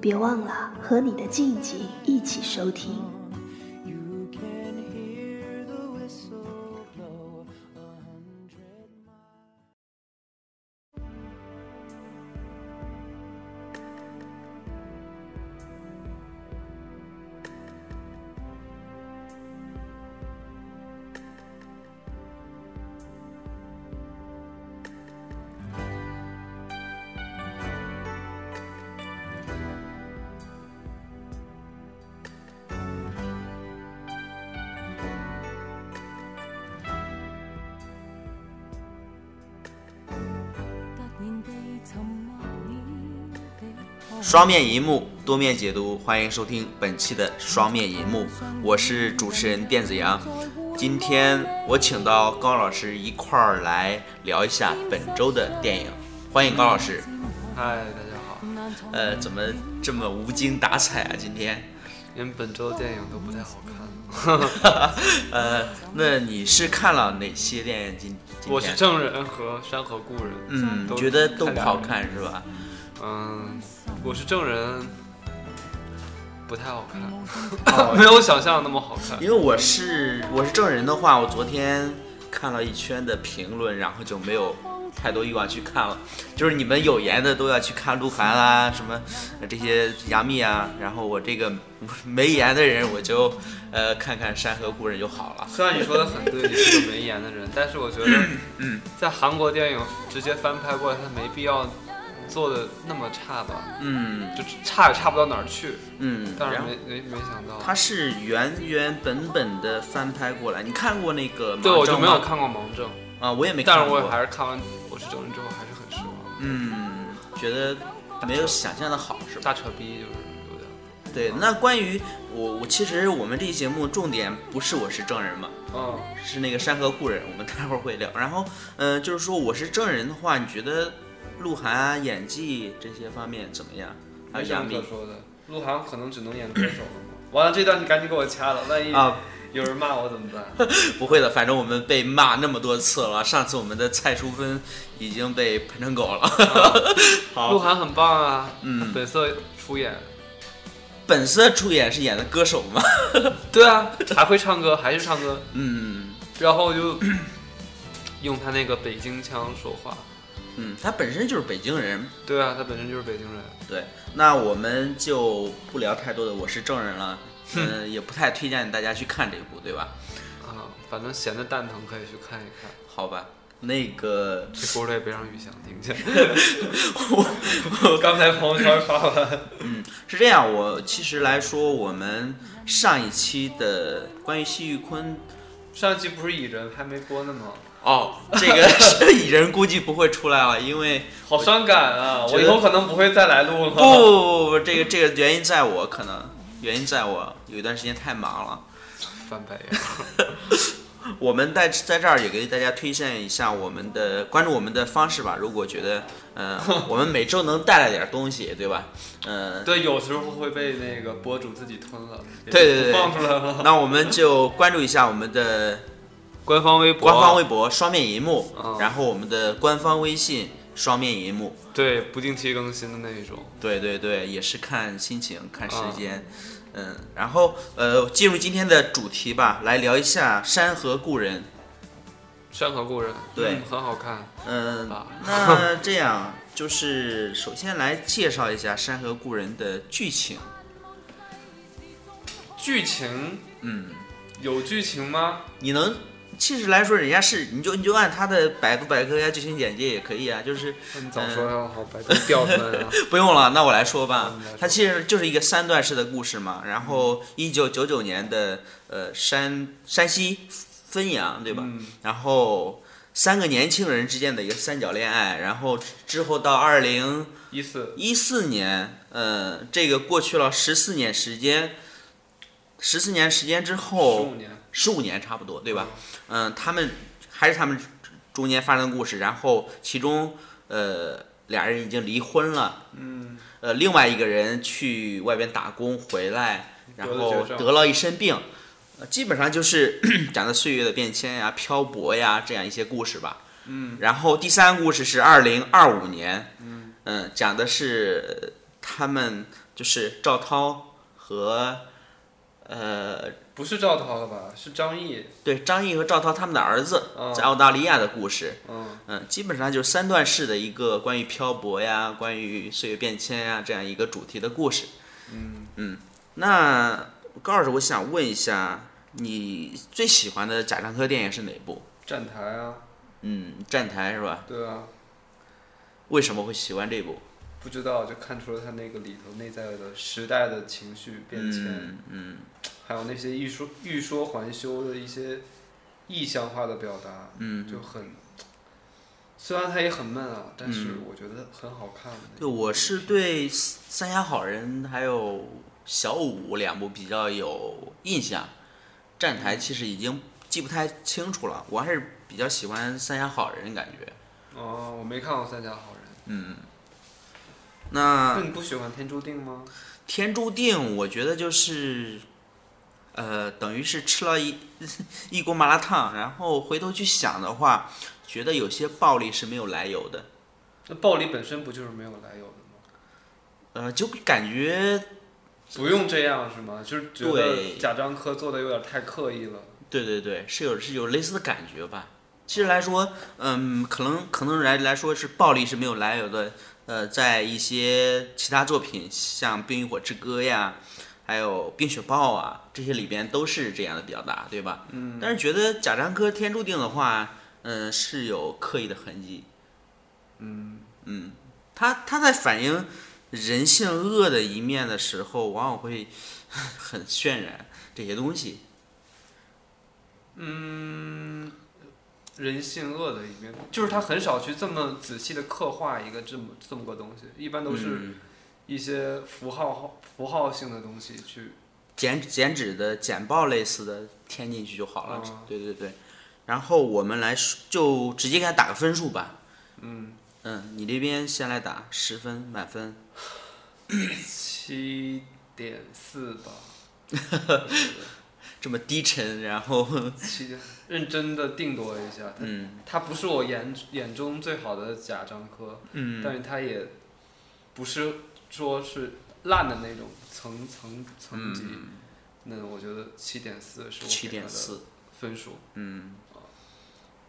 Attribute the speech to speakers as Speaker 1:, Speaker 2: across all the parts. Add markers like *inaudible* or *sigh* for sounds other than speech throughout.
Speaker 1: 别忘了和你的静静一起收听。
Speaker 2: You can hear the whistle blow a hundred miles.
Speaker 3: 双面银幕，多面解读，欢迎收听本期的双面银幕，我是主持人电子羊。今天我请到高老师一块儿来聊一下本周的电影，欢迎高老师。
Speaker 4: 嗨，大家好。
Speaker 3: 呃，怎么这么无精打采啊？今天，
Speaker 4: 因为本周电影都不太好看，
Speaker 3: 呃，那你是看了哪些电影今？今天
Speaker 4: 我是证人和山河故人。
Speaker 3: 嗯，
Speaker 4: 都
Speaker 3: 觉得都不好看
Speaker 4: 看
Speaker 3: 是吧？
Speaker 4: 嗯，我是证人，不太好
Speaker 3: *laughs*
Speaker 4: 看，哦没有想象的那么好看。
Speaker 3: 因为我是我是证人的话，我昨天看了一圈的评论，然后就没有太多欲望去看了。就是你们有颜的都要去看鹿晗啦、什么呃这些杨幂啊，然后我这个 *laughs* 没颜的人，我就呃看看《山河故人》就好了。
Speaker 4: 虽然你说的很对，你是个没颜的人，但是我觉得，
Speaker 3: 嗯
Speaker 4: 在韩国电影直接翻拍过来，他没必要做的那么差吧，
Speaker 3: 嗯
Speaker 4: 就差也差不到哪儿去。
Speaker 3: 嗯，
Speaker 4: 但是
Speaker 3: 然后
Speaker 4: 没没没想到，
Speaker 3: 它是原原本本的翻拍过来。你看过那个《
Speaker 4: 对我就
Speaker 3: 正
Speaker 4: 没
Speaker 3: 吗
Speaker 4: 有看过《盲证》，
Speaker 3: 啊，我也没看
Speaker 4: 但
Speaker 3: 过。
Speaker 4: 是我还是看完《我是证人》之后还是很失望，
Speaker 3: 嗯，觉得没有想象的好，是吧？
Speaker 4: 大扯逼就是有点。
Speaker 3: 对，那关于我，我其实我们这期节目重点不是我是证人嘛，
Speaker 4: 嗯，
Speaker 3: 是那个山河故人，我们待会儿会聊。然后，嗯、就是说我是证人的话，你觉得鹿晗啊演技这些方面怎么样？还有
Speaker 4: 没什
Speaker 3: 杨
Speaker 4: 么
Speaker 3: 幂
Speaker 4: 可说的。鹿晗可能只能演歌手了嘛。完了，这段你赶紧给我掐了，万一
Speaker 3: 啊，
Speaker 4: 有人骂我怎么办？
Speaker 3: 不会的，反正我们被骂那么多次了，上次我们的蔡淑芬已经被喷成狗了。
Speaker 4: *laughs* 啊
Speaker 3: *laughs* 好，
Speaker 4: 鹿晗很棒啊，
Speaker 3: 嗯
Speaker 4: 本色出演。
Speaker 3: 本色出演是演的歌手嘛？
Speaker 4: 对啊，还会唱歌，还是唱歌，
Speaker 3: 嗯
Speaker 4: 然后就 *clears throat* 用他那个北京腔说话。
Speaker 3: 嗯，他本身就是北京人，
Speaker 4: 对啊，他本身就是北京人。
Speaker 3: 对，那我们就不聊太多的《我是证人》了，嗯，也不太推荐大家去看这一部，对吧？
Speaker 4: 啊，反正闲的蛋疼可以去看一看，
Speaker 3: 好吧，那个 *laughs*
Speaker 4: 这轱辘也别让玉祥听见。我刚才朋友圈发完，
Speaker 3: 是这样，我其实来说，我们上一期的关于谢玉坤
Speaker 4: 上期不是蚁人还没播呢吗？
Speaker 3: 哦，这个是蚁人估计不会出来了，因为
Speaker 4: 好伤感啊！
Speaker 3: 觉
Speaker 4: 我
Speaker 3: 得
Speaker 4: 以后可能不会再来录了。
Speaker 3: 不不不，这个这个原因在我可能原因在我有一段时间太忙了。
Speaker 4: 翻白眼。
Speaker 3: 我们在在这儿也给大家推荐一下我们的关注我们的方式吧。如果觉得，
Speaker 4: *laughs*
Speaker 3: 嗯、我们每周能带来点东西，对吧？嗯、
Speaker 4: *laughs* 对，有时候会被那个博主自己吞了，
Speaker 3: 对对对
Speaker 4: 不放出来了。
Speaker 3: 那我们就关注一下我们的
Speaker 4: 官方微博，
Speaker 3: 官方微博“双面银幕”，
Speaker 4: 哦
Speaker 3: 然后我们的官方微信“双面银幕
Speaker 4: 对不定期更新的那一种。”。
Speaker 3: 对对对，也是看心情、看时
Speaker 4: 哦
Speaker 3: 间。嗯，然后呃，进入今天的主题吧，来聊一下《山河故人》。
Speaker 4: 《山河故人》
Speaker 3: 对
Speaker 4: 嗯很好看。
Speaker 3: 嗯
Speaker 4: 啊， *laughs*
Speaker 3: 那这样就是首先来介绍一下《山河故人》的剧情。
Speaker 4: 剧情
Speaker 3: 嗯，
Speaker 4: 有剧情吗？
Speaker 3: 你能，其实来说，人家是你就你就按他的百度百科呀剧情简介也可以啊，就是
Speaker 4: 那你早说呀，好白掉出
Speaker 3: *laughs*
Speaker 4: 来了。
Speaker 3: 不用了，那我来说吧
Speaker 4: 嗯你来。说
Speaker 3: 它其实就是一个三段式的故事嘛。然后一九九九年的呃山山西汾阳对吧？
Speaker 4: 嗯
Speaker 3: 然后三个年轻人之间的一个三角恋爱，然后之后到二零
Speaker 4: 一四
Speaker 3: 一四年，呃，这个过去了十四年时间，十四年时间之
Speaker 4: 十
Speaker 3: 后，
Speaker 4: 五年，
Speaker 3: 十五年差不多，对吧？嗯，他们还是他们中间发生的故事，然后其中呃俩人已经离婚了，
Speaker 4: 嗯，
Speaker 3: 呃另外一个人去外边打工回来，然
Speaker 4: 得了
Speaker 3: 后
Speaker 4: 绝症
Speaker 3: 得了一身病，呃基本上就是 *coughs* 讲的岁月的变迁呀、漂泊呀这样一些故事吧。嗯，然后第三个故事是二零二五年，嗯讲的是呃他们就是赵涛和呃
Speaker 4: 不是赵涛了吧？是张译，
Speaker 3: 对张译和赵涛他们的儿子
Speaker 4: 嗯
Speaker 3: 在澳大利亚的故事，
Speaker 4: 嗯，
Speaker 3: 嗯，基本上就是三段式的一个关于漂泊呀、关于岁月变迁呀这样一个主题的故事。嗯那高老师，我想问一下，你最喜欢的贾樟柯电影是哪部？
Speaker 4: 站台啊，
Speaker 3: 嗯，站台是吧？
Speaker 4: 对啊，
Speaker 3: 为什么会喜欢这部？
Speaker 4: 不知道就看出了他那个里头内在的时代的情绪变迁，
Speaker 3: 嗯嗯
Speaker 4: 还有那些欲说欲说还休的一些意象化的表达，
Speaker 3: 嗯，
Speaker 4: 就很，虽然它也很闷啊，但是
Speaker 3: 嗯
Speaker 4: 我觉得很好看。
Speaker 3: 对，我是对《三峡好人》还有《小五》两部比较有印象，站台其实已经记不太清楚了，我还是比较喜欢《三峡好人》感觉。
Speaker 4: 哦，我没看过《三峡好人》
Speaker 3: 嗯，那啊
Speaker 4: 那你不喜欢《天注定》吗？
Speaker 3: 天注定，我觉得就是，呃，等于是吃了一一锅麻辣烫，然后回头去想的话，觉得有些暴力是没有来由的。
Speaker 4: 那暴力本身不就是没有来由的吗？
Speaker 3: 呃，就感觉
Speaker 4: 不用这样是吗？就是觉得
Speaker 3: 对
Speaker 4: 贾樟柯做的有点太刻意了。
Speaker 3: 对对对，是有是有类似的感觉吧。其实来说，嗯，可能可能来来说是暴力是没有来由的。呃，在一些其他作品，像《冰与火之歌》呀，还有《冰雪暴》啊，这些里边都是这样的表达，对吧？嗯。但是觉得贾樟柯《天注定》的话，嗯，是有刻意的痕迹。
Speaker 4: 嗯，
Speaker 3: 嗯，他他在反映人性恶的一面的时候，往往会很渲染这些东西。
Speaker 4: 人性恶的一面，就是他很少去这么仔细的刻画一个这么这么个东西，一般都是
Speaker 3: 嗯
Speaker 4: 一些符号符号性的东西去。
Speaker 3: 剪剪纸的剪报类似的添进去就好了。
Speaker 4: 啊
Speaker 3: 对对对，然后我们来说就直接给他打个分数吧。
Speaker 4: 嗯，
Speaker 3: 嗯，你这边先来打十分满分，
Speaker 4: 七点四吧，
Speaker 3: 这么低沉，然后
Speaker 4: 七点，认真的定夺一下，他
Speaker 3: 嗯
Speaker 4: 他不是我眼眼中最好的贾樟柯，
Speaker 3: 嗯
Speaker 4: 但是他也不是说是烂的那种层层层级。
Speaker 3: 嗯
Speaker 4: 那我觉得七点四是
Speaker 3: *laughs*
Speaker 4: 我
Speaker 3: 七
Speaker 4: 给他
Speaker 3: 点
Speaker 4: 的
Speaker 3: 四，
Speaker 4: 分数。
Speaker 3: 嗯。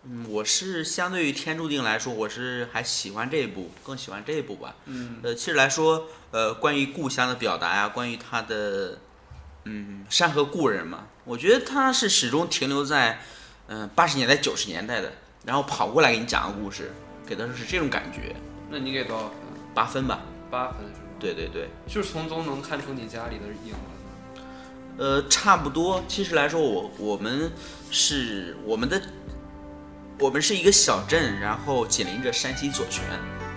Speaker 3: 嗯，我是相对于《天注定》来说，我是还喜欢这一部，更喜欢这一部吧。
Speaker 4: 嗯
Speaker 3: 呃，其实来说，呃，关于故乡的表达呀，关于他的，嗯，山河故人嘛，我觉得他是始终停留在，嗯、八十年代、九十年代的，然后跑过来给你讲个故事，给的是这种感觉，
Speaker 4: 那你给多少分？
Speaker 3: 八分吧。
Speaker 4: 八分是吗？
Speaker 3: 对对对，
Speaker 4: 就是从中能看出你家里的影了。
Speaker 3: 呃，差不多。其实来说，我我们是我们的，我们是一个小镇，然后紧邻着山西左权，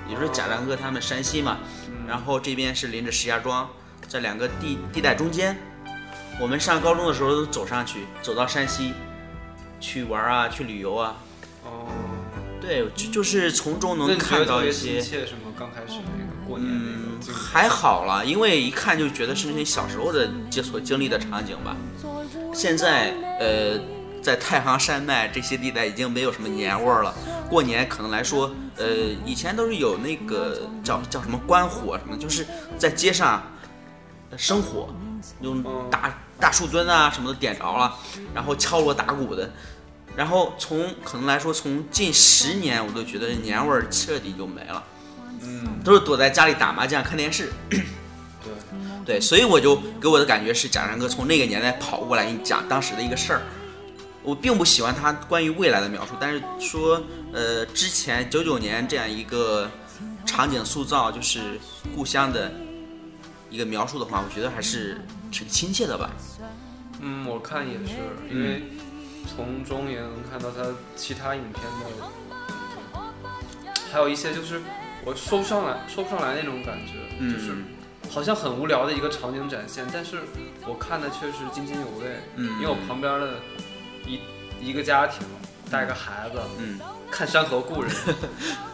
Speaker 3: 也就是贾樟柯他们山西嘛。
Speaker 4: 哦
Speaker 3: 然后这边是临着石家庄，在两个地地带中间。我们上高中的时候都走上去，走到山西去玩啊，去旅游啊。
Speaker 4: 哦，
Speaker 3: 对，就就是从中
Speaker 4: 那
Speaker 3: 能
Speaker 4: 你觉得
Speaker 3: 看
Speaker 4: 特
Speaker 3: 到
Speaker 4: 别
Speaker 3: 一
Speaker 4: 亲
Speaker 3: 些。
Speaker 4: 切是吗？刚开始那个过年
Speaker 3: 嗯
Speaker 4: 那个经历，
Speaker 3: 还好啦，因为一看就觉得是你小时候的经所经历的场景吧。现在呃，在太行山脉这些地带已经没有什么年味儿了。过年可能来说，呃，以前都是有那个叫叫什么关火什么，就是在街上呃生火，用大大树墩啊什么的点着了，然后敲锣打鼓的。然后从可能来说，从近十年我都觉得年味儿彻底就没了。
Speaker 4: 嗯，
Speaker 3: 都是躲在家里打麻将、看电视。
Speaker 4: 对，
Speaker 3: 对，所以我就给我的感觉是贾樟柯从那个年代跑过来给你讲当时的一个事儿。我并不喜欢他关于未来的描述，但是说，呃，之前九九年这样一个场景塑造，就是故乡的一个描述的话，我觉得还是挺亲切的吧。
Speaker 4: 嗯，我看也是，因为从中也能看到他其他影片的，还有一些就是我说不上来说不上来那种感觉，
Speaker 3: 嗯，
Speaker 4: 就是好像很无聊的一个场景展现，但是我看的确实津津有味，
Speaker 3: 嗯，
Speaker 4: 因为我旁边的一一个家庭带个孩子
Speaker 3: 嗯
Speaker 4: 看《山
Speaker 3: *laughs*
Speaker 4: 河故人》，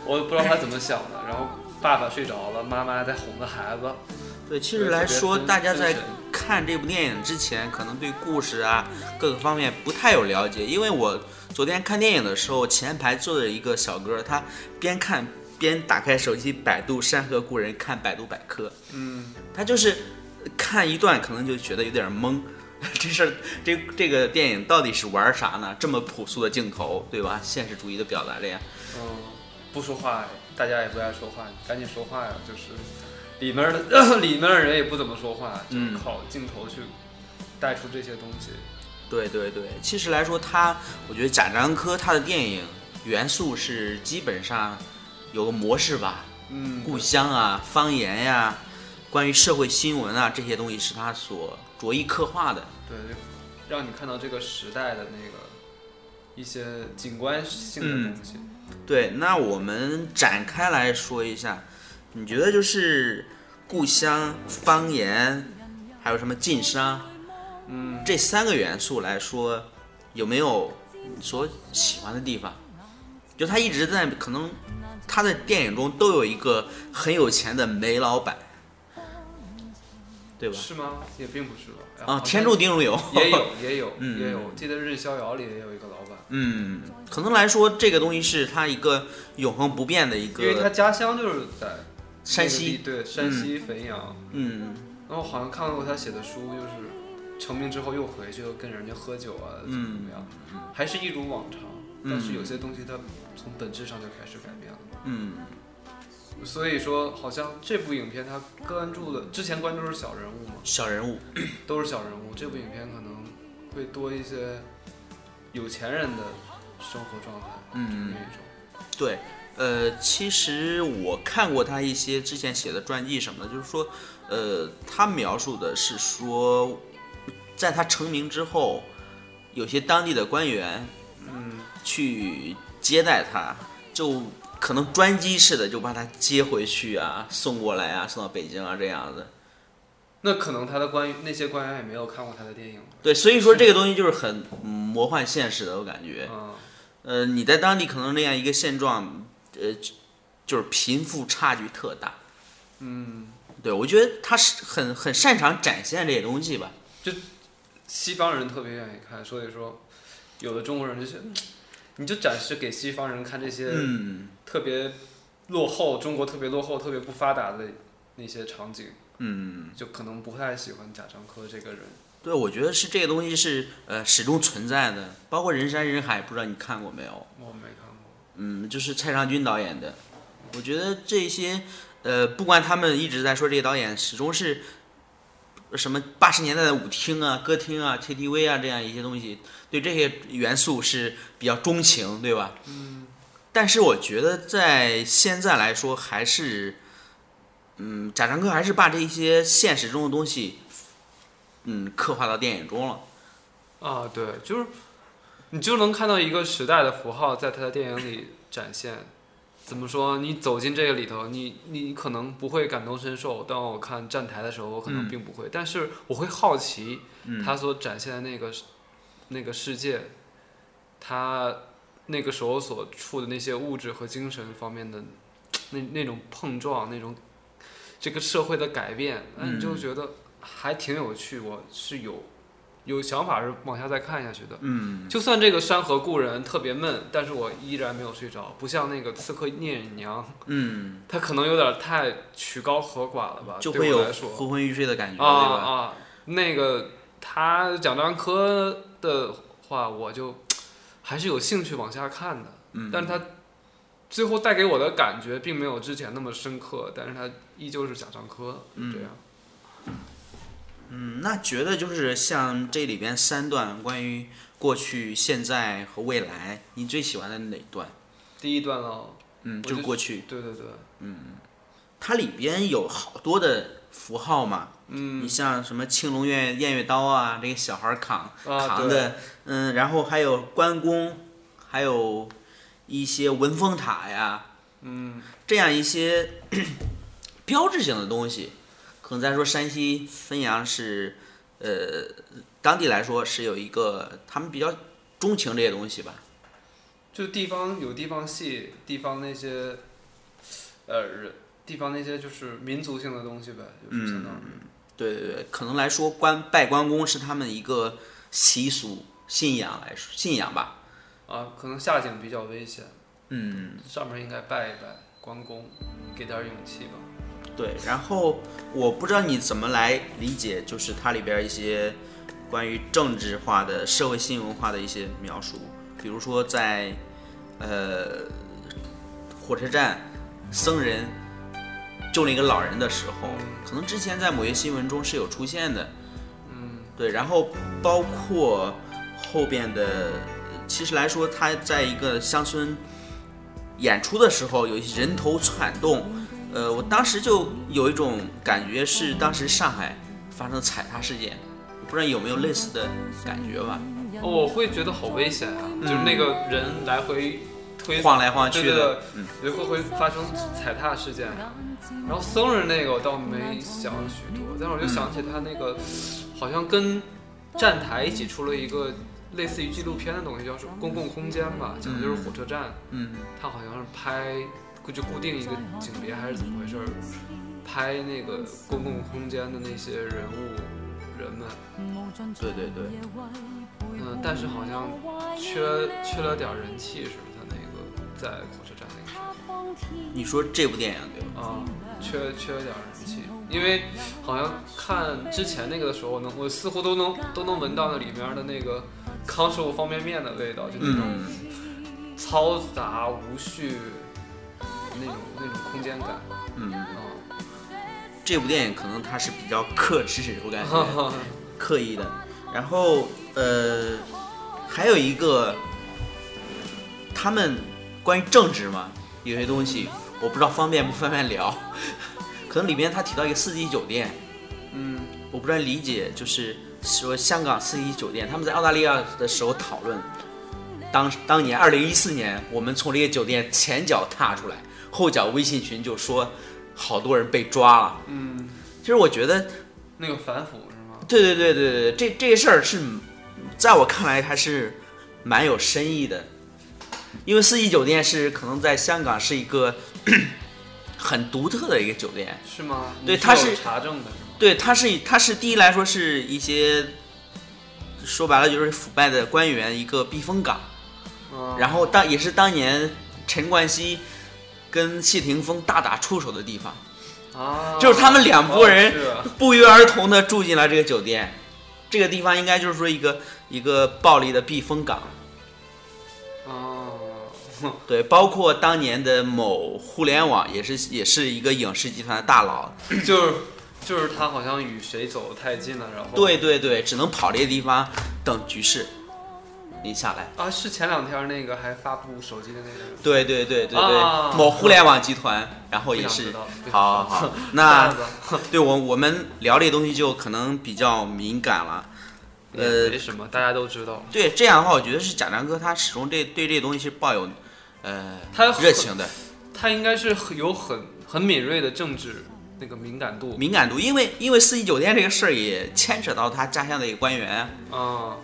Speaker 4: 我不知道他怎么想的，然后爸爸睡着了，妈妈还在哄着孩子，
Speaker 3: 对，其实来说，
Speaker 4: 特别分
Speaker 3: 大家在
Speaker 4: 分神
Speaker 3: 看这部电影之前，可能对故事啊各个方面不太有了解。因为我昨天看电影的时候，前排坐着一个小哥，他边看边打开手机百度《山河故人》，看百度百科。
Speaker 4: 嗯，
Speaker 3: 他就是看一段，可能就觉得有点懵。 *laughs* 这事儿，这这个电影到底是玩啥呢？这么朴素的镜头，对吧？现实主义的表达这样，
Speaker 4: 嗯，不说话，大家也不爱说话，赶紧说话呀！就是里面的 *coughs* 里面的人也不怎么说话，就是
Speaker 3: 嗯
Speaker 4: 靠镜头去带出这些东西。
Speaker 3: 对对对，其实来说他，我觉得贾樟柯他的电影元素是基本上有个模式吧，
Speaker 4: 嗯，
Speaker 3: 故乡啊、方言呀、关于社会新闻啊这些东西是他所着意刻画的。
Speaker 4: 对，让你看到这个时代的那个一些景观性的东西。
Speaker 3: 嗯对，那我们展开来说一下，你觉得就是故乡、方言，还有什么晋商
Speaker 4: 嗯，
Speaker 3: 这三个元素来说，有没有你所喜欢的地方？就他一直在可能他的电影中都有一个很有钱的煤老板，对吧？
Speaker 4: 是吗？也并不是吧。
Speaker 3: 啊，天注
Speaker 4: 地
Speaker 3: 定有，
Speaker 4: 也有也有
Speaker 3: 嗯
Speaker 4: 也有，我记得《日逍遥》里也有一个老板，
Speaker 3: 嗯，可能来说，这个东西是它一个永恒不变的一
Speaker 4: 因为他
Speaker 3: 个
Speaker 4: 家乡就是在
Speaker 3: 山
Speaker 4: 那个地
Speaker 3: 西，
Speaker 4: 对，山西汾阳。
Speaker 3: 嗯
Speaker 4: 然后好像看过他写的书，就是成名之后又回去又跟人家喝酒啊，怎么怎么样，还是一如往常。
Speaker 3: 嗯
Speaker 4: 但是有些东西它从本质上就开始改变了。
Speaker 3: 嗯，
Speaker 4: 所以说，好像这部影片它关注的之前关注是小人物嘛，
Speaker 3: 小人物，
Speaker 4: 都是小人物。这部影片可能会多一些有钱人的生活状态，
Speaker 3: 嗯
Speaker 4: 那一种。
Speaker 3: 对，呃，其实我看过他一些之前写的传记什么的，就是说，呃，他描述的是说，在他成名之后，有些当地的官员
Speaker 4: 嗯，
Speaker 3: 去接待他，就可能专机似的就把他接回去啊，送过来啊，送到北京啊这样子。
Speaker 4: 那可能他的官那些官员也没有看过他的电影。
Speaker 3: 对，所以说这个东西就是很嗯魔幻现实的，我感觉。
Speaker 4: 嗯，
Speaker 3: 呃，你在当地可能那样一个现状，呃，就就是贫富差距特大。
Speaker 4: 嗯，
Speaker 3: 对，我觉得他是很很擅长展现这些东西吧。
Speaker 4: 西方人特别愿意看，所以说有的中国人就觉得，嗯你就展示给西方人看这些
Speaker 3: 嗯
Speaker 4: 特别落后、中国特别落后、特别不发达的那些场景，
Speaker 3: 嗯，
Speaker 4: 就可能不太喜欢贾樟柯这个人。
Speaker 3: 对，我觉得是这个东西是呃始终存在的，包括《人山人海》，不知道你看过没有？
Speaker 4: 我没看过。
Speaker 3: 嗯，就是蔡尚君导演的。我觉得这些，呃，不管他们一直在说这些导演始终是什么八十年代的舞厅啊、歌厅啊、KTV 啊这样一些东西，对这些元素是比较钟情，对吧？
Speaker 4: 嗯，
Speaker 3: 但是我觉得在现在来说，还是，嗯，贾樟柯还是把这些现实中的东西，嗯，刻画到电影中了。
Speaker 4: 啊，对，就是你就能看到一个时代的符号在他的电影里展现。怎么说？你走进这个里头，你你可能不会感同身受。当我看站台的时候，我可能
Speaker 3: 嗯
Speaker 4: 并不会，但是我会好奇，
Speaker 3: 嗯，
Speaker 4: 他所展现的那个世那个世界，他那个时候所处的那些物质和精神方面的那那种碰撞，那种这个社会的改变，那你就
Speaker 3: 嗯
Speaker 4: 觉得还挺有趣。我是有有想法是往下再看下去的。
Speaker 3: 嗯，
Speaker 4: 就算这个《山河故人》特别闷，但是我依然没有睡着，不像那个《刺客聂隐娘》，
Speaker 3: 嗯，
Speaker 4: 它可能有点太曲高和寡了吧，
Speaker 3: 就
Speaker 4: 对
Speaker 3: 会
Speaker 4: 我
Speaker 3: 有
Speaker 4: 来说
Speaker 3: 昏昏欲睡的感觉，
Speaker 4: 啊
Speaker 3: 对吧？
Speaker 4: 啊，那个他讲张科的话，我就还是有兴趣往下看的，
Speaker 3: 嗯，
Speaker 4: 但是他最后带给我的感觉并没有之前那么深刻，但是他依旧是贾樟柯，
Speaker 3: 嗯
Speaker 4: 是这样。
Speaker 3: 嗯，那觉得就是像这里边三段关于过去、现在和未来，你最喜欢的哪段？
Speaker 4: 第一段喽，
Speaker 3: 嗯，
Speaker 4: 我
Speaker 3: 就是
Speaker 4: 就
Speaker 3: 过去，
Speaker 4: 对对对，
Speaker 3: 它里边有好多的符号嘛。嗯，你像什么青龙偃偃月刀啊，这个小孩扛、
Speaker 4: 啊
Speaker 3: 扛
Speaker 4: 对
Speaker 3: 的，嗯，然后还有关公，还有一些文风塔呀，嗯，这样一些 *coughs* 标志性的东西，可能咱说山西汾阳是，呃，当地来说是有一个他们比较钟情这些东西吧。
Speaker 4: 就地方有地方戏，地方那些，呃，人地方那些就是民族性的东西呗，就是
Speaker 3: 嗯
Speaker 4: 相当于。
Speaker 3: 对对对，可能来说关拜关公是他们一个习俗信仰来说信仰吧。
Speaker 4: 啊，可能下井比较危险，
Speaker 3: 嗯，
Speaker 4: 上面应该拜一拜关公，给点勇气吧。
Speaker 3: 对。然后我不知道你怎么来理解，就是它里边一些关于政治化的、社会新闻化的一些描述，比如说在呃火车站，僧人救了一个老人的时候，可能之前在某些新闻中是有出现的。嗯，对。然后包括后边的，其实来说，他在一个乡村演出的时候，有一些人头攒动。呃，我当时就有一种感觉是当时上海发生踩踏事件，不知道有没有类似的感觉吧？
Speaker 4: 哦我会觉得好危险啊，就是那个人来回推
Speaker 3: 晃来晃去
Speaker 4: 对对
Speaker 3: 的嗯
Speaker 4: 对，有会会发生踩踏事件。然后僧人那个我倒没想许多，但是我就想起他那个、好像跟站台一起出了一个类似于纪录片的东西，叫什么公共空间吧，讲的就是火车站。
Speaker 3: 嗯，
Speaker 4: 他好像是拍就固定一个景别还是怎么回事儿，拍那个公共空间的那些人物人们，
Speaker 3: 对对对，
Speaker 4: 嗯、但是好像缺缺了点儿人气似的，他那个在火车站那个时
Speaker 3: 你说这部电影对吧？
Speaker 4: 候啊，缺缺了点儿人气，因为好像看之前那个的时候，我能我似乎都能都能闻到那里面的那个康师傅方便面的味道，就那种
Speaker 3: 嗯，
Speaker 4: 嘈杂无序那种那种空间感，
Speaker 3: 嗯
Speaker 4: 啊。
Speaker 3: 这部电影可能它是比较克制，我感
Speaker 4: *laughs*
Speaker 3: 觉
Speaker 4: 啊
Speaker 3: *laughs* 刻意的。然后呃，还有一个，他们关于政治嘛，有些东西我不知道方便不方便聊， *laughs* 可能里面他提到一个四季酒店，
Speaker 4: 嗯，
Speaker 3: 我不知道理解，就是说香港四季酒店，他们在澳大利亚的时候讨论，当当年二零一四年，我们从这些酒店前脚踏出来，后脚微信群就说好多人被抓了。嗯，其实我觉得，
Speaker 4: 那个反腐是吗？
Speaker 3: 对对对对对，这这事儿是在我看来还是蛮有深意的，因为四季酒店是可能在香港是一个 *clears throat* 很独特的一个酒店，
Speaker 4: 是吗？
Speaker 3: 对
Speaker 4: 你
Speaker 3: 他
Speaker 4: 有
Speaker 3: 是
Speaker 4: 查证的是吗？
Speaker 3: 对，他是他是第一来说是一些，说白了就是腐败的官员一个避风港。
Speaker 4: 嗯，
Speaker 3: 然后当也是当年陈冠希跟谢霆锋大打出手的地方，
Speaker 4: 啊，
Speaker 3: 就是他们两拨人
Speaker 4: 哦是
Speaker 3: 不约而同的住进了这个酒店。这个地方应该就是说一个一个暴力的避风港。 *laughs*
Speaker 4: 哦，
Speaker 3: 对，包括当年的某互联网也是也是一个影视集团的大佬，
Speaker 4: *laughs* 就是就是他好像与谁走得太近了，然后
Speaker 3: 对对对，只能跑这些地方等局势一下来。
Speaker 4: 啊，是前两天那个还发布手机的那个人，
Speaker 3: 对对对对对，
Speaker 4: 啊
Speaker 3: 某互联网集团，然后也
Speaker 4: 不想
Speaker 3: 是
Speaker 4: 知道不想，知道
Speaker 3: *laughs* 好好
Speaker 4: *laughs*
Speaker 3: 好，
Speaker 4: 这样
Speaker 3: 那
Speaker 4: 子
Speaker 3: *laughs* 对我我们聊这东西就可能比较敏感了，
Speaker 4: 也
Speaker 3: 呃
Speaker 4: 没，什么，大家都知道。
Speaker 3: 对这样的话，我觉得是贾樟柯他始终对对这东西是抱有呃
Speaker 4: 他很
Speaker 3: 热情的
Speaker 4: 他应该是很有很很敏锐的政治那个敏感度，
Speaker 3: 敏感度，因为因为四季酒店这个事儿也牵扯到他家乡的一个官员啊，
Speaker 4: 嗯，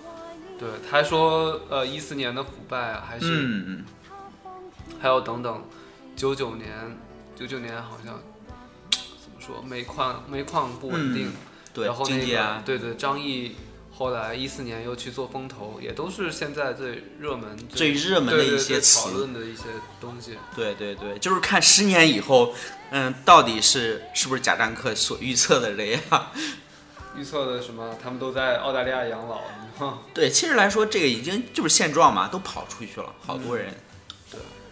Speaker 4: 对，他还说呃一四年的腐败啊，还是
Speaker 3: 嗯嗯，
Speaker 4: 还有等等，九九年，九九年好像怎么说，煤矿煤矿不稳定，
Speaker 3: 嗯对
Speaker 4: 然后那
Speaker 3: 经济
Speaker 4: 个、
Speaker 3: 啊，
Speaker 4: 对对，张译后来一四年又去做风投，也都是现在最热门
Speaker 3: 最热门的
Speaker 4: 对对
Speaker 3: 一些
Speaker 4: 对讨
Speaker 3: 词，
Speaker 4: 论的一些东西。
Speaker 3: 对对对，就是看十年以后，嗯，到底是是不是贾樟柯所预测的这样。 *laughs*
Speaker 4: 预测的什么，他们都在澳大利亚养老， *laughs* 哼
Speaker 3: 对，其实来说，这个已经就是现状嘛，都跑出去了，好多人。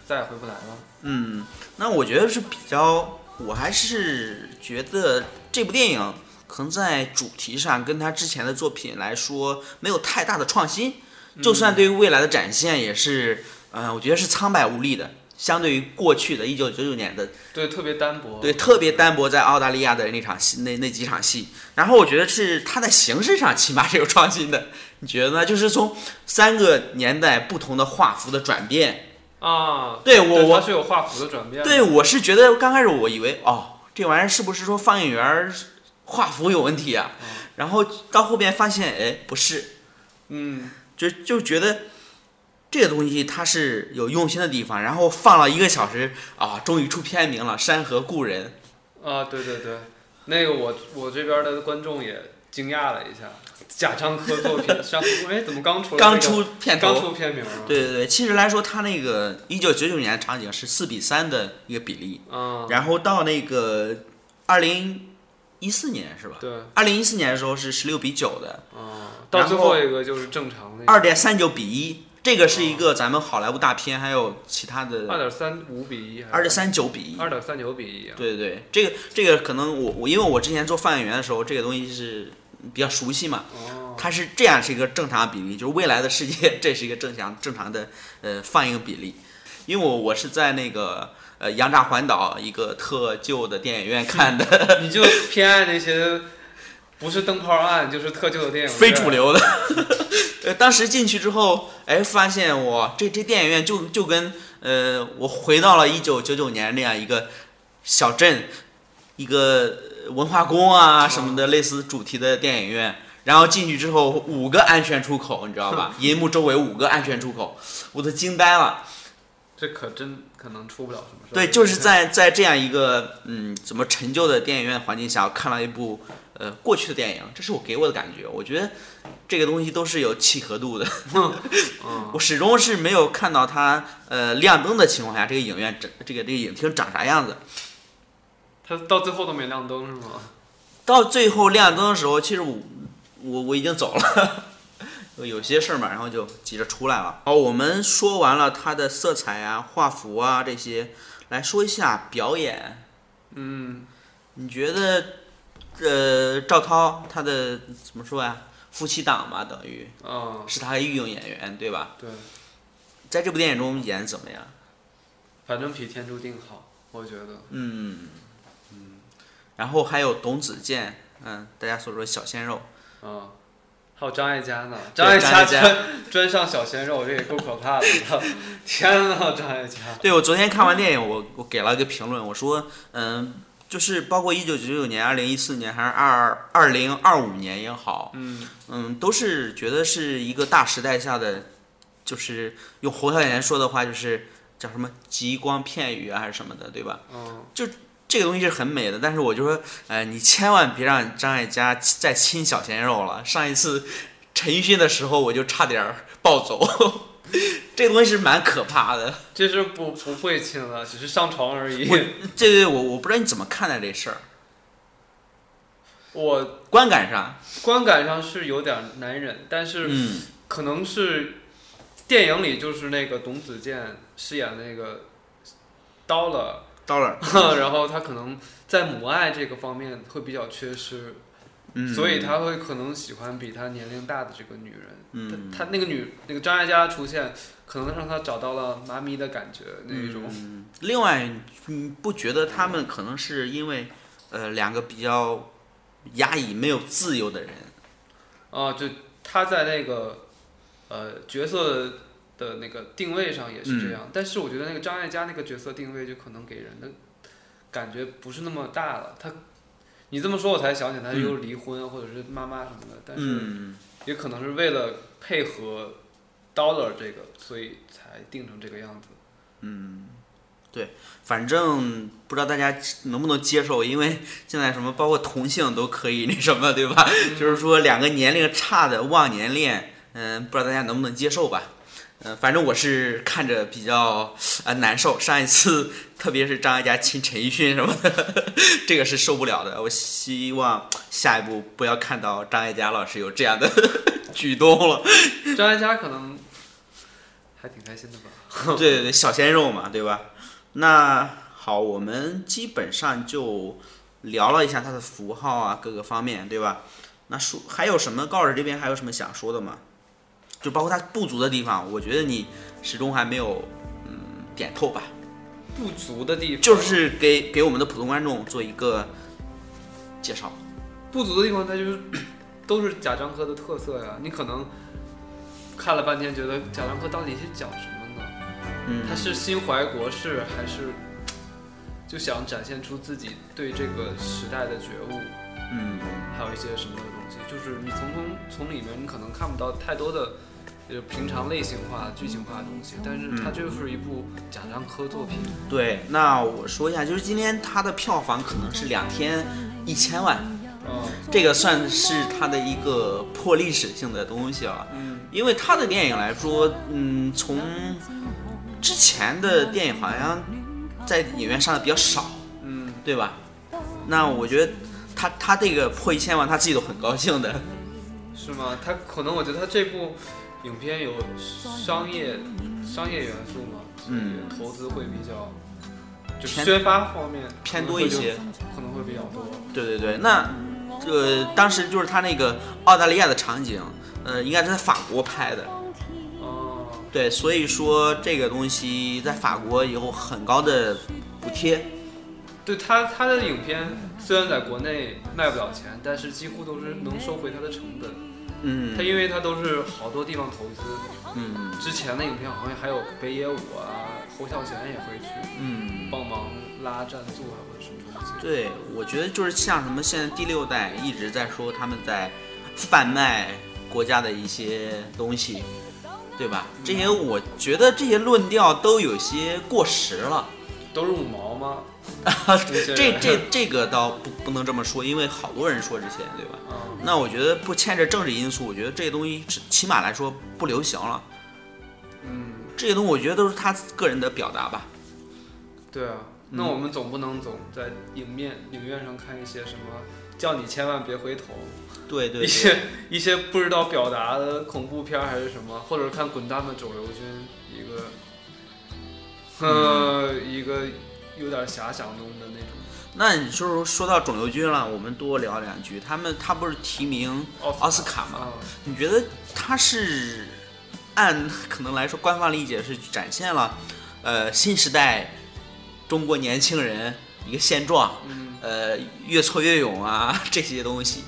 Speaker 4: 再也回不来了。
Speaker 3: 嗯那我觉得是比较，我还是觉得这部电影可能在主题上跟他之前的作品来说没有太
Speaker 4: 嗯
Speaker 3: 大的创新，就算对于未来的展现也是，嗯、呃，我觉得是苍白无力的。相对于过去的1999年的
Speaker 4: 对，特别单薄。
Speaker 3: 对，特别单薄在澳大利亚的那场戏，那那几场戏。然后我觉得是它在形式上起码是有创新的，你觉得呢？就是从三个年代不同的画幅的转变。
Speaker 4: 啊，
Speaker 3: 对我
Speaker 4: 它
Speaker 3: 我
Speaker 4: 是有画幅的转变的。
Speaker 3: 对我是觉得刚开始我以为哦，这玩意儿是不是说放映员儿画幅有问题啊？然后到后边发现哎不是，
Speaker 4: 嗯，
Speaker 3: 就就觉得这个东西它是有用心的地方。然后放了一个小时啊，终于出片名了，《山河故人》。
Speaker 4: 啊，对对对，那个我我这边的观众也惊讶了一下，贾樟柯作品，张哎怎么刚出来、
Speaker 3: 刚出片头，
Speaker 4: 刚出片名啊？
Speaker 3: 对对对，其实来说，它那个一九九九年的场景是四比三的一个比例，
Speaker 4: 嗯，
Speaker 3: 然后到那个二零一四年是吧？
Speaker 4: 对，
Speaker 3: 二零一四年的时候是十六比九的，
Speaker 4: 嗯，到
Speaker 3: 然
Speaker 4: 最
Speaker 3: 后
Speaker 4: 后一个就是正常的
Speaker 3: 二点三九比一，这个是一个咱们好莱坞大片，还有其他
Speaker 4: 哦二
Speaker 3: 的
Speaker 4: 点三五比一，
Speaker 3: 呃二点三九比一。
Speaker 4: 二点三九比一啊。
Speaker 3: 对对对，这个这个可能我我因为我之前做放映员的时候，这个东西是比较熟悉嘛，
Speaker 4: 哦，
Speaker 3: 它是这样是一个正常比例，就是未来的世界，这是一个正常正常的呃放映比例。因为我我是在那个呃杨闸环岛一个特旧的电影院看的
Speaker 4: 你就偏爱那些不是灯泡案就是特旧的电影院，
Speaker 3: 非主流的， *laughs* 呃当时进去之后，哎发现我这这电影院就就跟呃我回到了一九九九年那样一个小镇，一个呃文化宫啊什么的类似主题的电影院。然后进去之后，五个安全出口，你知道 *laughs* 吧？银幕周围五个安全出口，我都惊呆了。
Speaker 4: 这可真可能出不了什么事儿。
Speaker 3: 对，就是在在这样一个嗯怎么陈旧的电影院环境下，我看了一部呃过去的电影，这是我给我的感觉。我觉得这个东西都是有契合度的，
Speaker 4: 嗯
Speaker 3: 我始终是没有看到它呃亮灯的情况下，这个影院这这个这个影厅长啥样子。
Speaker 4: 他到最后都没亮灯是吗？
Speaker 3: 到最后亮灯的时候，其实我我我已经走了， *laughs* 有些事儿嘛，然后就急着出来了。好，我们说完了它的色彩啊、画幅啊这些，来说一下表演。
Speaker 4: 嗯，
Speaker 3: 你觉得，呃，赵涛他的怎么说呀、夫妻档嘛，等于
Speaker 4: 啊、
Speaker 3: 是他御用演员，对吧？
Speaker 4: 对，
Speaker 3: 在这部电影中演怎么样？
Speaker 4: 反正比天注定好，我觉得。
Speaker 3: 嗯嗯。然后还有董子健，嗯，大家所说小鲜肉，
Speaker 4: 嗯，还有张艾嘉呢，
Speaker 3: 对
Speaker 4: 张艾嘉
Speaker 3: 张艾嘉
Speaker 4: 专专上小鲜肉，这也够可怕的了。 *laughs* 天呐，张艾嘉，
Speaker 3: 对我昨天看完电影，我我给了一个评论，我说，嗯，就是包括一九九九年、二零一四年，还是二二零二五年也好，
Speaker 4: 嗯，
Speaker 3: 嗯，都是觉得是一个大时代下的，就是用侯孝贤说的话，就是叫什么“极光片语”啊，还是什么的，对吧？
Speaker 4: 嗯，
Speaker 3: 这个东西是很美的，但是我就说，呃，你千万别让张艾嘉再亲小鲜肉了。上一次陈奕迅的时候，我就差点儿暴走， *laughs* 这个东西是蛮可怕的。
Speaker 4: 这是不不会亲了，只是上床而已。 *laughs*
Speaker 3: 我这对我我不知道你怎么看待这事儿，
Speaker 4: 我
Speaker 3: 观感上，
Speaker 4: 观感上是有点难忍，但是
Speaker 3: 嗯，
Speaker 4: 可能是电影里就是那个董子健饰演那个刀了， *laughs*
Speaker 3: 到了，
Speaker 4: 然后他可能在母爱这个方面会比较缺失。
Speaker 3: *laughs* 嗯，
Speaker 4: 所以他会可能喜欢比他年龄大的这个女人。
Speaker 3: 嗯
Speaker 4: 他他那个女那个张艾嘉出现，可能让他找到了妈咪的感觉那一种。
Speaker 3: 嗯另外，你不觉得他们可能是因为，呃，两个比较压抑、没有自由的人，
Speaker 4: 啊，就他在那个呃角色的那个定位上也是
Speaker 3: 嗯
Speaker 4: 这样，但是我觉得那个张艾嘉那个角色定位就可能给人的感觉不是那么大了。他你这么说我才想起来他又离婚、或者是妈妈什么的，但是
Speaker 3: 嗯，
Speaker 4: 也可能是为了配合 Dollar 这个，所以才定成这个样子。
Speaker 3: 反正不知道大家能不能接受，因为现在什么包括同性都可以那什么，对吧？就是说两个年龄差的忘年恋，嗯、不知道大家能不能接受吧？嗯、反正我是看着比较呃难受。上一次特别是张艾嘉亲陈奕迅什么的， *laughs* 这个是受不了的。我希望下一步不要看到张艾嘉老师有这样的 *laughs* 举动了。
Speaker 4: 张艾嘉可能还挺开心的吧。
Speaker 3: *laughs* 对对对，小鲜肉嘛，对吧？那好，我们基本上就聊了一下它的符号啊，各个方面，对吧？那说还有什么？高老师这边还有什么想说的吗？就包括它不足的地方，我觉得你始终还没有嗯点透吧。
Speaker 4: 不足的地方，
Speaker 3: 就是给给我们的普通观众做一个介绍。
Speaker 4: 不足的地方，它就是 *clears throat* 都是贾樟柯的特色呀。你可能看了半天，觉得贾樟柯到底是讲什么呢？
Speaker 3: 嗯，
Speaker 4: 他是心怀国事，还是就想展现出自己对这个时代的觉悟，
Speaker 3: 嗯，
Speaker 4: 还有一些什么的东西？就是你从中从里面你可能看不到太多的。呃，平常类型化、剧情化的东西，但是它就是一部贾樟柯作品。
Speaker 3: 对。那我说一下，就是今天它的票房可能是两天一千万，
Speaker 4: 嗯
Speaker 3: 这个算是它的一个破历史性的东西啊。
Speaker 4: 嗯，
Speaker 3: 因为他的电影来说，嗯，从之前的电影好像在影院上的比较少，
Speaker 4: 嗯，
Speaker 3: 对吧？那我觉得他他这个破一千万，他自己都很高兴的。
Speaker 4: 是吗？他可能我觉得他这部影片有商业商业元素嘛，所以
Speaker 3: 嗯
Speaker 4: 投资会比较就
Speaker 3: 偏
Speaker 4: 宣发方面
Speaker 3: 偏多一些，
Speaker 4: 可能会比较多。
Speaker 3: 对对对，那呃，当时就是他那个澳大利亚的场景，呃，应该是在法国拍的，
Speaker 4: 哦，
Speaker 3: 对，所以说这个东西在法国有很高的补贴，
Speaker 4: 对他他的影片虽然在国内卖不了钱，但是几乎都是能收回他的成本。
Speaker 3: 嗯
Speaker 4: 他因为他都是好多地方投资，
Speaker 3: 嗯
Speaker 4: 之前的影片好像还有北野武啊、侯孝贤也会去
Speaker 3: 嗯。
Speaker 4: 帮忙拉赞助啊或者什么东西。
Speaker 3: 对，我觉得就是像什么现在第六代一直在说他们在贩卖国家的一些东西，对吧？这些我觉得这些论调都有些过时 *laughs* 了。
Speaker 4: 都是五毛吗？这
Speaker 3: 这这这个倒不不能这么说，因为好多人说这些，对吧？
Speaker 4: 嗯
Speaker 3: 那我觉得不牵扯政治因素，我觉得这些东西只起码来说不流行了。
Speaker 4: 嗯。
Speaker 3: 这些东西我觉得都是他个人的表达吧。
Speaker 4: 对啊，那我们总不能总在影面影院上看一些什么叫你千万别回头，
Speaker 3: 对对
Speaker 4: *laughs*
Speaker 3: 对，
Speaker 4: 一些一些不知道表达的恐怖片儿还是什么，或者看《滚蛋吧肿瘤君》一个，呃，一个有点遐想中的那种
Speaker 3: 那你说说到肿瘤君了，我们多聊两句。他们他不是提名奥
Speaker 4: 奥
Speaker 3: 斯
Speaker 4: 斯
Speaker 3: 卡吗？
Speaker 4: 啊，
Speaker 3: 你觉得他是按可能来说，官方理解是展现了呃新时代中国年轻人一个现状，
Speaker 4: 嗯，
Speaker 3: 呃越挫越勇啊 *laughs* 这些东西。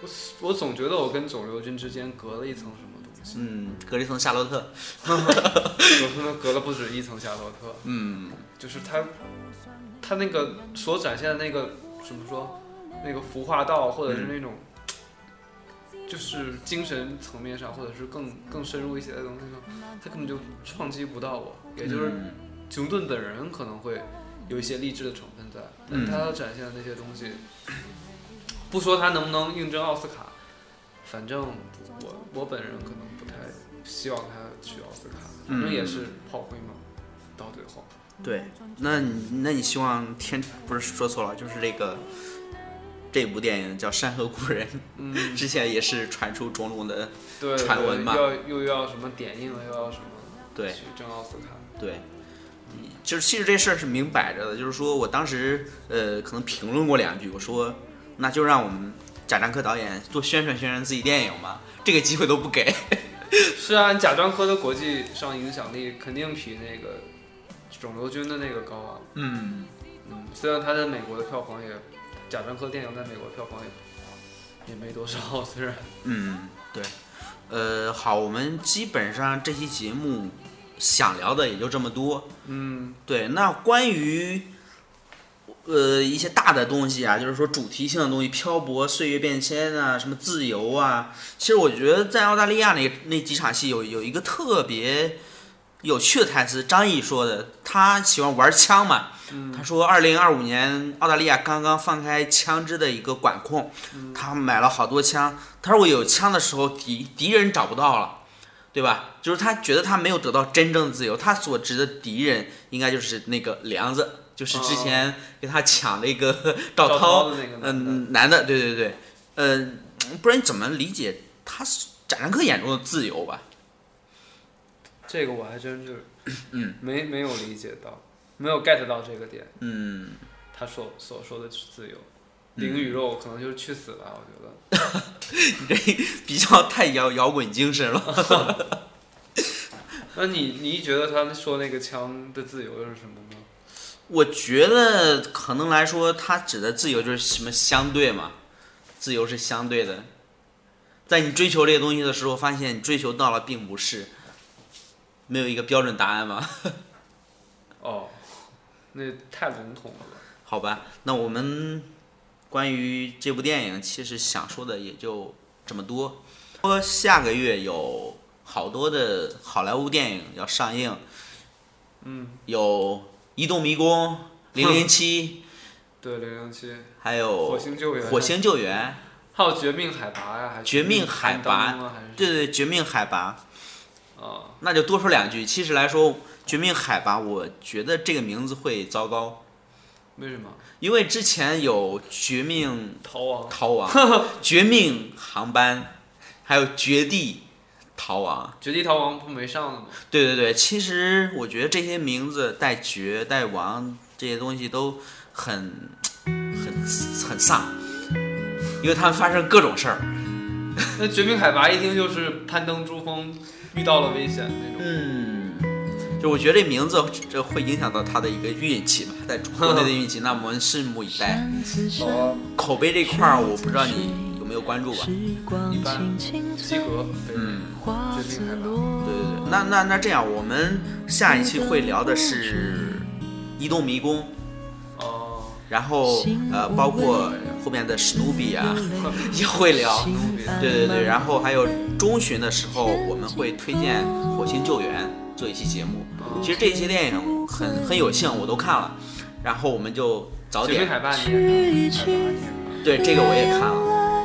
Speaker 4: 我我总觉得我跟肿瘤君之间隔了一层什么东
Speaker 3: *laughs*
Speaker 4: 西，
Speaker 3: 嗯，格雷森夏洛特，
Speaker 4: 我可能隔了不止一层夏洛特，
Speaker 3: 嗯
Speaker 4: 就是他他那个所展现的那个怎么说，那个服化道，或者是那种、就是精神层面上，或者是更更深入一些的东西上，他根本就撞击不到我。也就是
Speaker 3: 嗯
Speaker 4: 熊顿本人可能会有一些励志的成分在，但是他要展现的那些东西，不说他能不能应征奥斯卡，反正我我本人可能不太希望他去奥斯卡，反正也是炮灰嘛，到最后。
Speaker 3: 对，那你那你希望天不是说错了，就是这个这部电影叫《山河故人》，*laughs*
Speaker 4: 嗯，
Speaker 3: 之前也是传出种种的
Speaker 4: 对，
Speaker 3: 传
Speaker 4: 对
Speaker 3: 闻嘛
Speaker 4: 要又要什么点映了，又要什么
Speaker 3: 对。
Speaker 4: 去争奥斯卡，
Speaker 3: 对，就是其实这事儿是明摆着的，就是说我当时呃可能评论过两句，我说那就让我们贾樟柯导演多宣传宣传自己电影嘛，这个机会都不给。
Speaker 4: 是啊，贾樟柯的国际上影响力肯定比那个肿瘤君的那个高啊。
Speaker 3: *laughs* 嗯，
Speaker 4: 嗯，虽然他在美国的票房也，贾樟柯电影在美国票房也也没多少，虽然
Speaker 3: 嗯，对，呃，好，我们基本上这期节目想聊的也就这么多。
Speaker 4: 嗯
Speaker 3: 对，那关于。呃，一些大的东西啊，就是说主题性的东西，漂泊、岁月变迁啊，什么自由啊。其实我觉得在澳大利亚那那几场戏有有一个特别有趣的台词，张译说的，他喜欢玩枪嘛。
Speaker 4: 嗯
Speaker 3: 他说，二零二五年澳大利亚刚刚放开枪支的一个管控，
Speaker 4: 嗯
Speaker 3: 他买了好多枪。他说我有枪的时候，敌敌人找不到了。对吧？就是他觉得他没有得到真正的自由，他所指的敌人应该就是那个梁子，就是之前给他抢那个 *laughs* 赵涛，
Speaker 4: 哦的那个男的
Speaker 3: 嗯，男的，对对对，呃，不然你怎么理解他是贾樟柯眼中的自由吧？ *laughs*
Speaker 4: 这个我还真是
Speaker 3: 嗯
Speaker 4: 没没有理解到，没有 get 到这个点，
Speaker 3: 嗯，
Speaker 4: 他所所说的是自由。灵与肉可能就是去死吧，我觉得。
Speaker 3: 比较太摇摇滚精神了。
Speaker 4: 那你你觉得他说那个枪的自由又是什么呢？
Speaker 3: 我觉得可能来说，他指的自由就是什么相对嘛，自由是相对的。在你追求这些东西的时候，发现你追求到了并不是，没有一个标准答案嘛？ *laughs*
Speaker 4: 哦，那太笼统了吧。
Speaker 3: 好吧，那我们关于这部电影，其实想说的也就这么多。说下个月有好多的好莱坞电影要上映，
Speaker 4: 嗯，
Speaker 3: 有《移动迷宫》《零零七
Speaker 4: 对，零零七，》，
Speaker 3: 还有
Speaker 4: 火星救援，
Speaker 3: 火，星救援》。
Speaker 4: 还有绝命海拔呀，还是
Speaker 3: 绝命海拔
Speaker 4: 当吗？还是
Speaker 3: 对对，《绝命海拔》。
Speaker 4: 啊，
Speaker 3: 那就多说两句。其实来说，《绝命海拔》，我觉得这个名字会糟糕，
Speaker 4: 为什么
Speaker 3: 因为之前有《绝命
Speaker 4: 逃亡？
Speaker 3: 逃亡》《绝命航班》，还有《绝地逃亡》。
Speaker 4: 绝地逃亡不没上了吗？
Speaker 3: 对对对，其实我觉得这些名字带“绝”带“王”这些东西都很、很、很飒，因为他们发生各种事儿。
Speaker 4: 那绝命海拔一听就是攀登珠峰遇到了危险那种。
Speaker 3: 嗯，就我觉得这名字这会影响到他的一个运气吧，在中国内的运气，那我们拭目以待。
Speaker 4: 哦，
Speaker 3: 口碑这块儿，我不知道你有没有关注吧？
Speaker 4: 一般及格，对
Speaker 3: 嗯，
Speaker 4: 绝命海拔。
Speaker 3: 对对对。那那那这样，我们下一期会聊的是《移动迷宫》，
Speaker 4: 哦，
Speaker 3: 然后呃，包括后面的史努比啊 *laughs* 也会聊。对对对，然后还有中旬的时候，我们会推荐《火星救援》做一期节目。其实这些电影很很有幸，我都看了，然后我们就早
Speaker 4: 绝命
Speaker 3: 点
Speaker 4: 海拔你也上了，
Speaker 3: 对这个我也看了，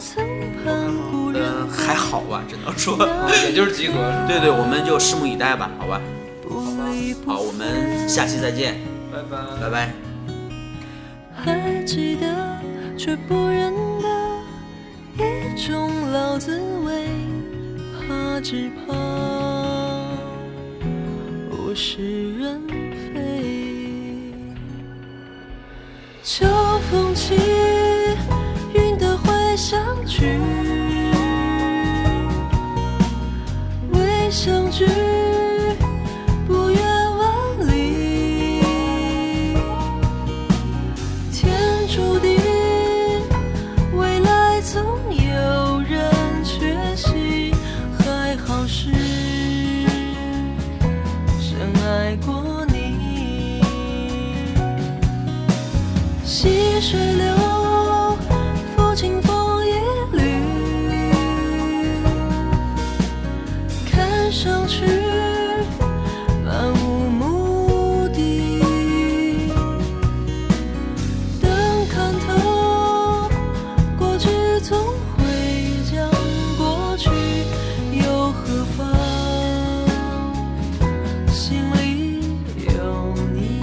Speaker 5: 曾
Speaker 3: 嗯，还好吧，只能说，
Speaker 4: 也就是及格是吧？
Speaker 3: 对对，我们就拭目以待吧，好吧，好，我们下期再见，
Speaker 4: 拜拜。
Speaker 3: 拜拜。
Speaker 5: 还记得，却不认得一种老滋味，怕只怕物是人非。秋风起，云的回响去，未相聚，不远万里。天注定，未来总有人缺席。还好是深爱过你。细水流，抚清风一缕，看上去漫无目的。等看透，过去总会将过去，又何妨？心里有你。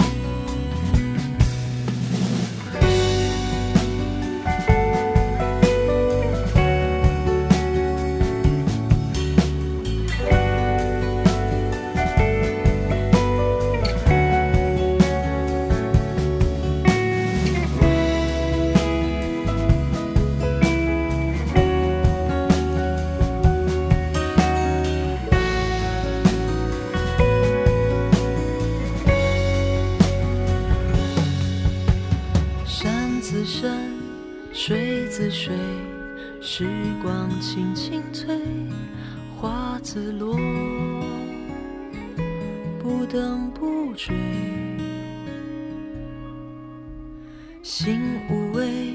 Speaker 5: 山自山，水自水，时光轻轻催，花自落，不等不追。心无畏，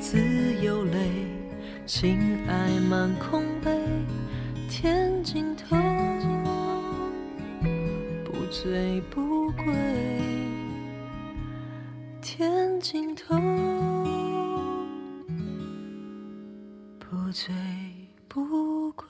Speaker 5: 自有泪，情爱满空杯，天尽头，不醉不归。天尽头，不醉不归。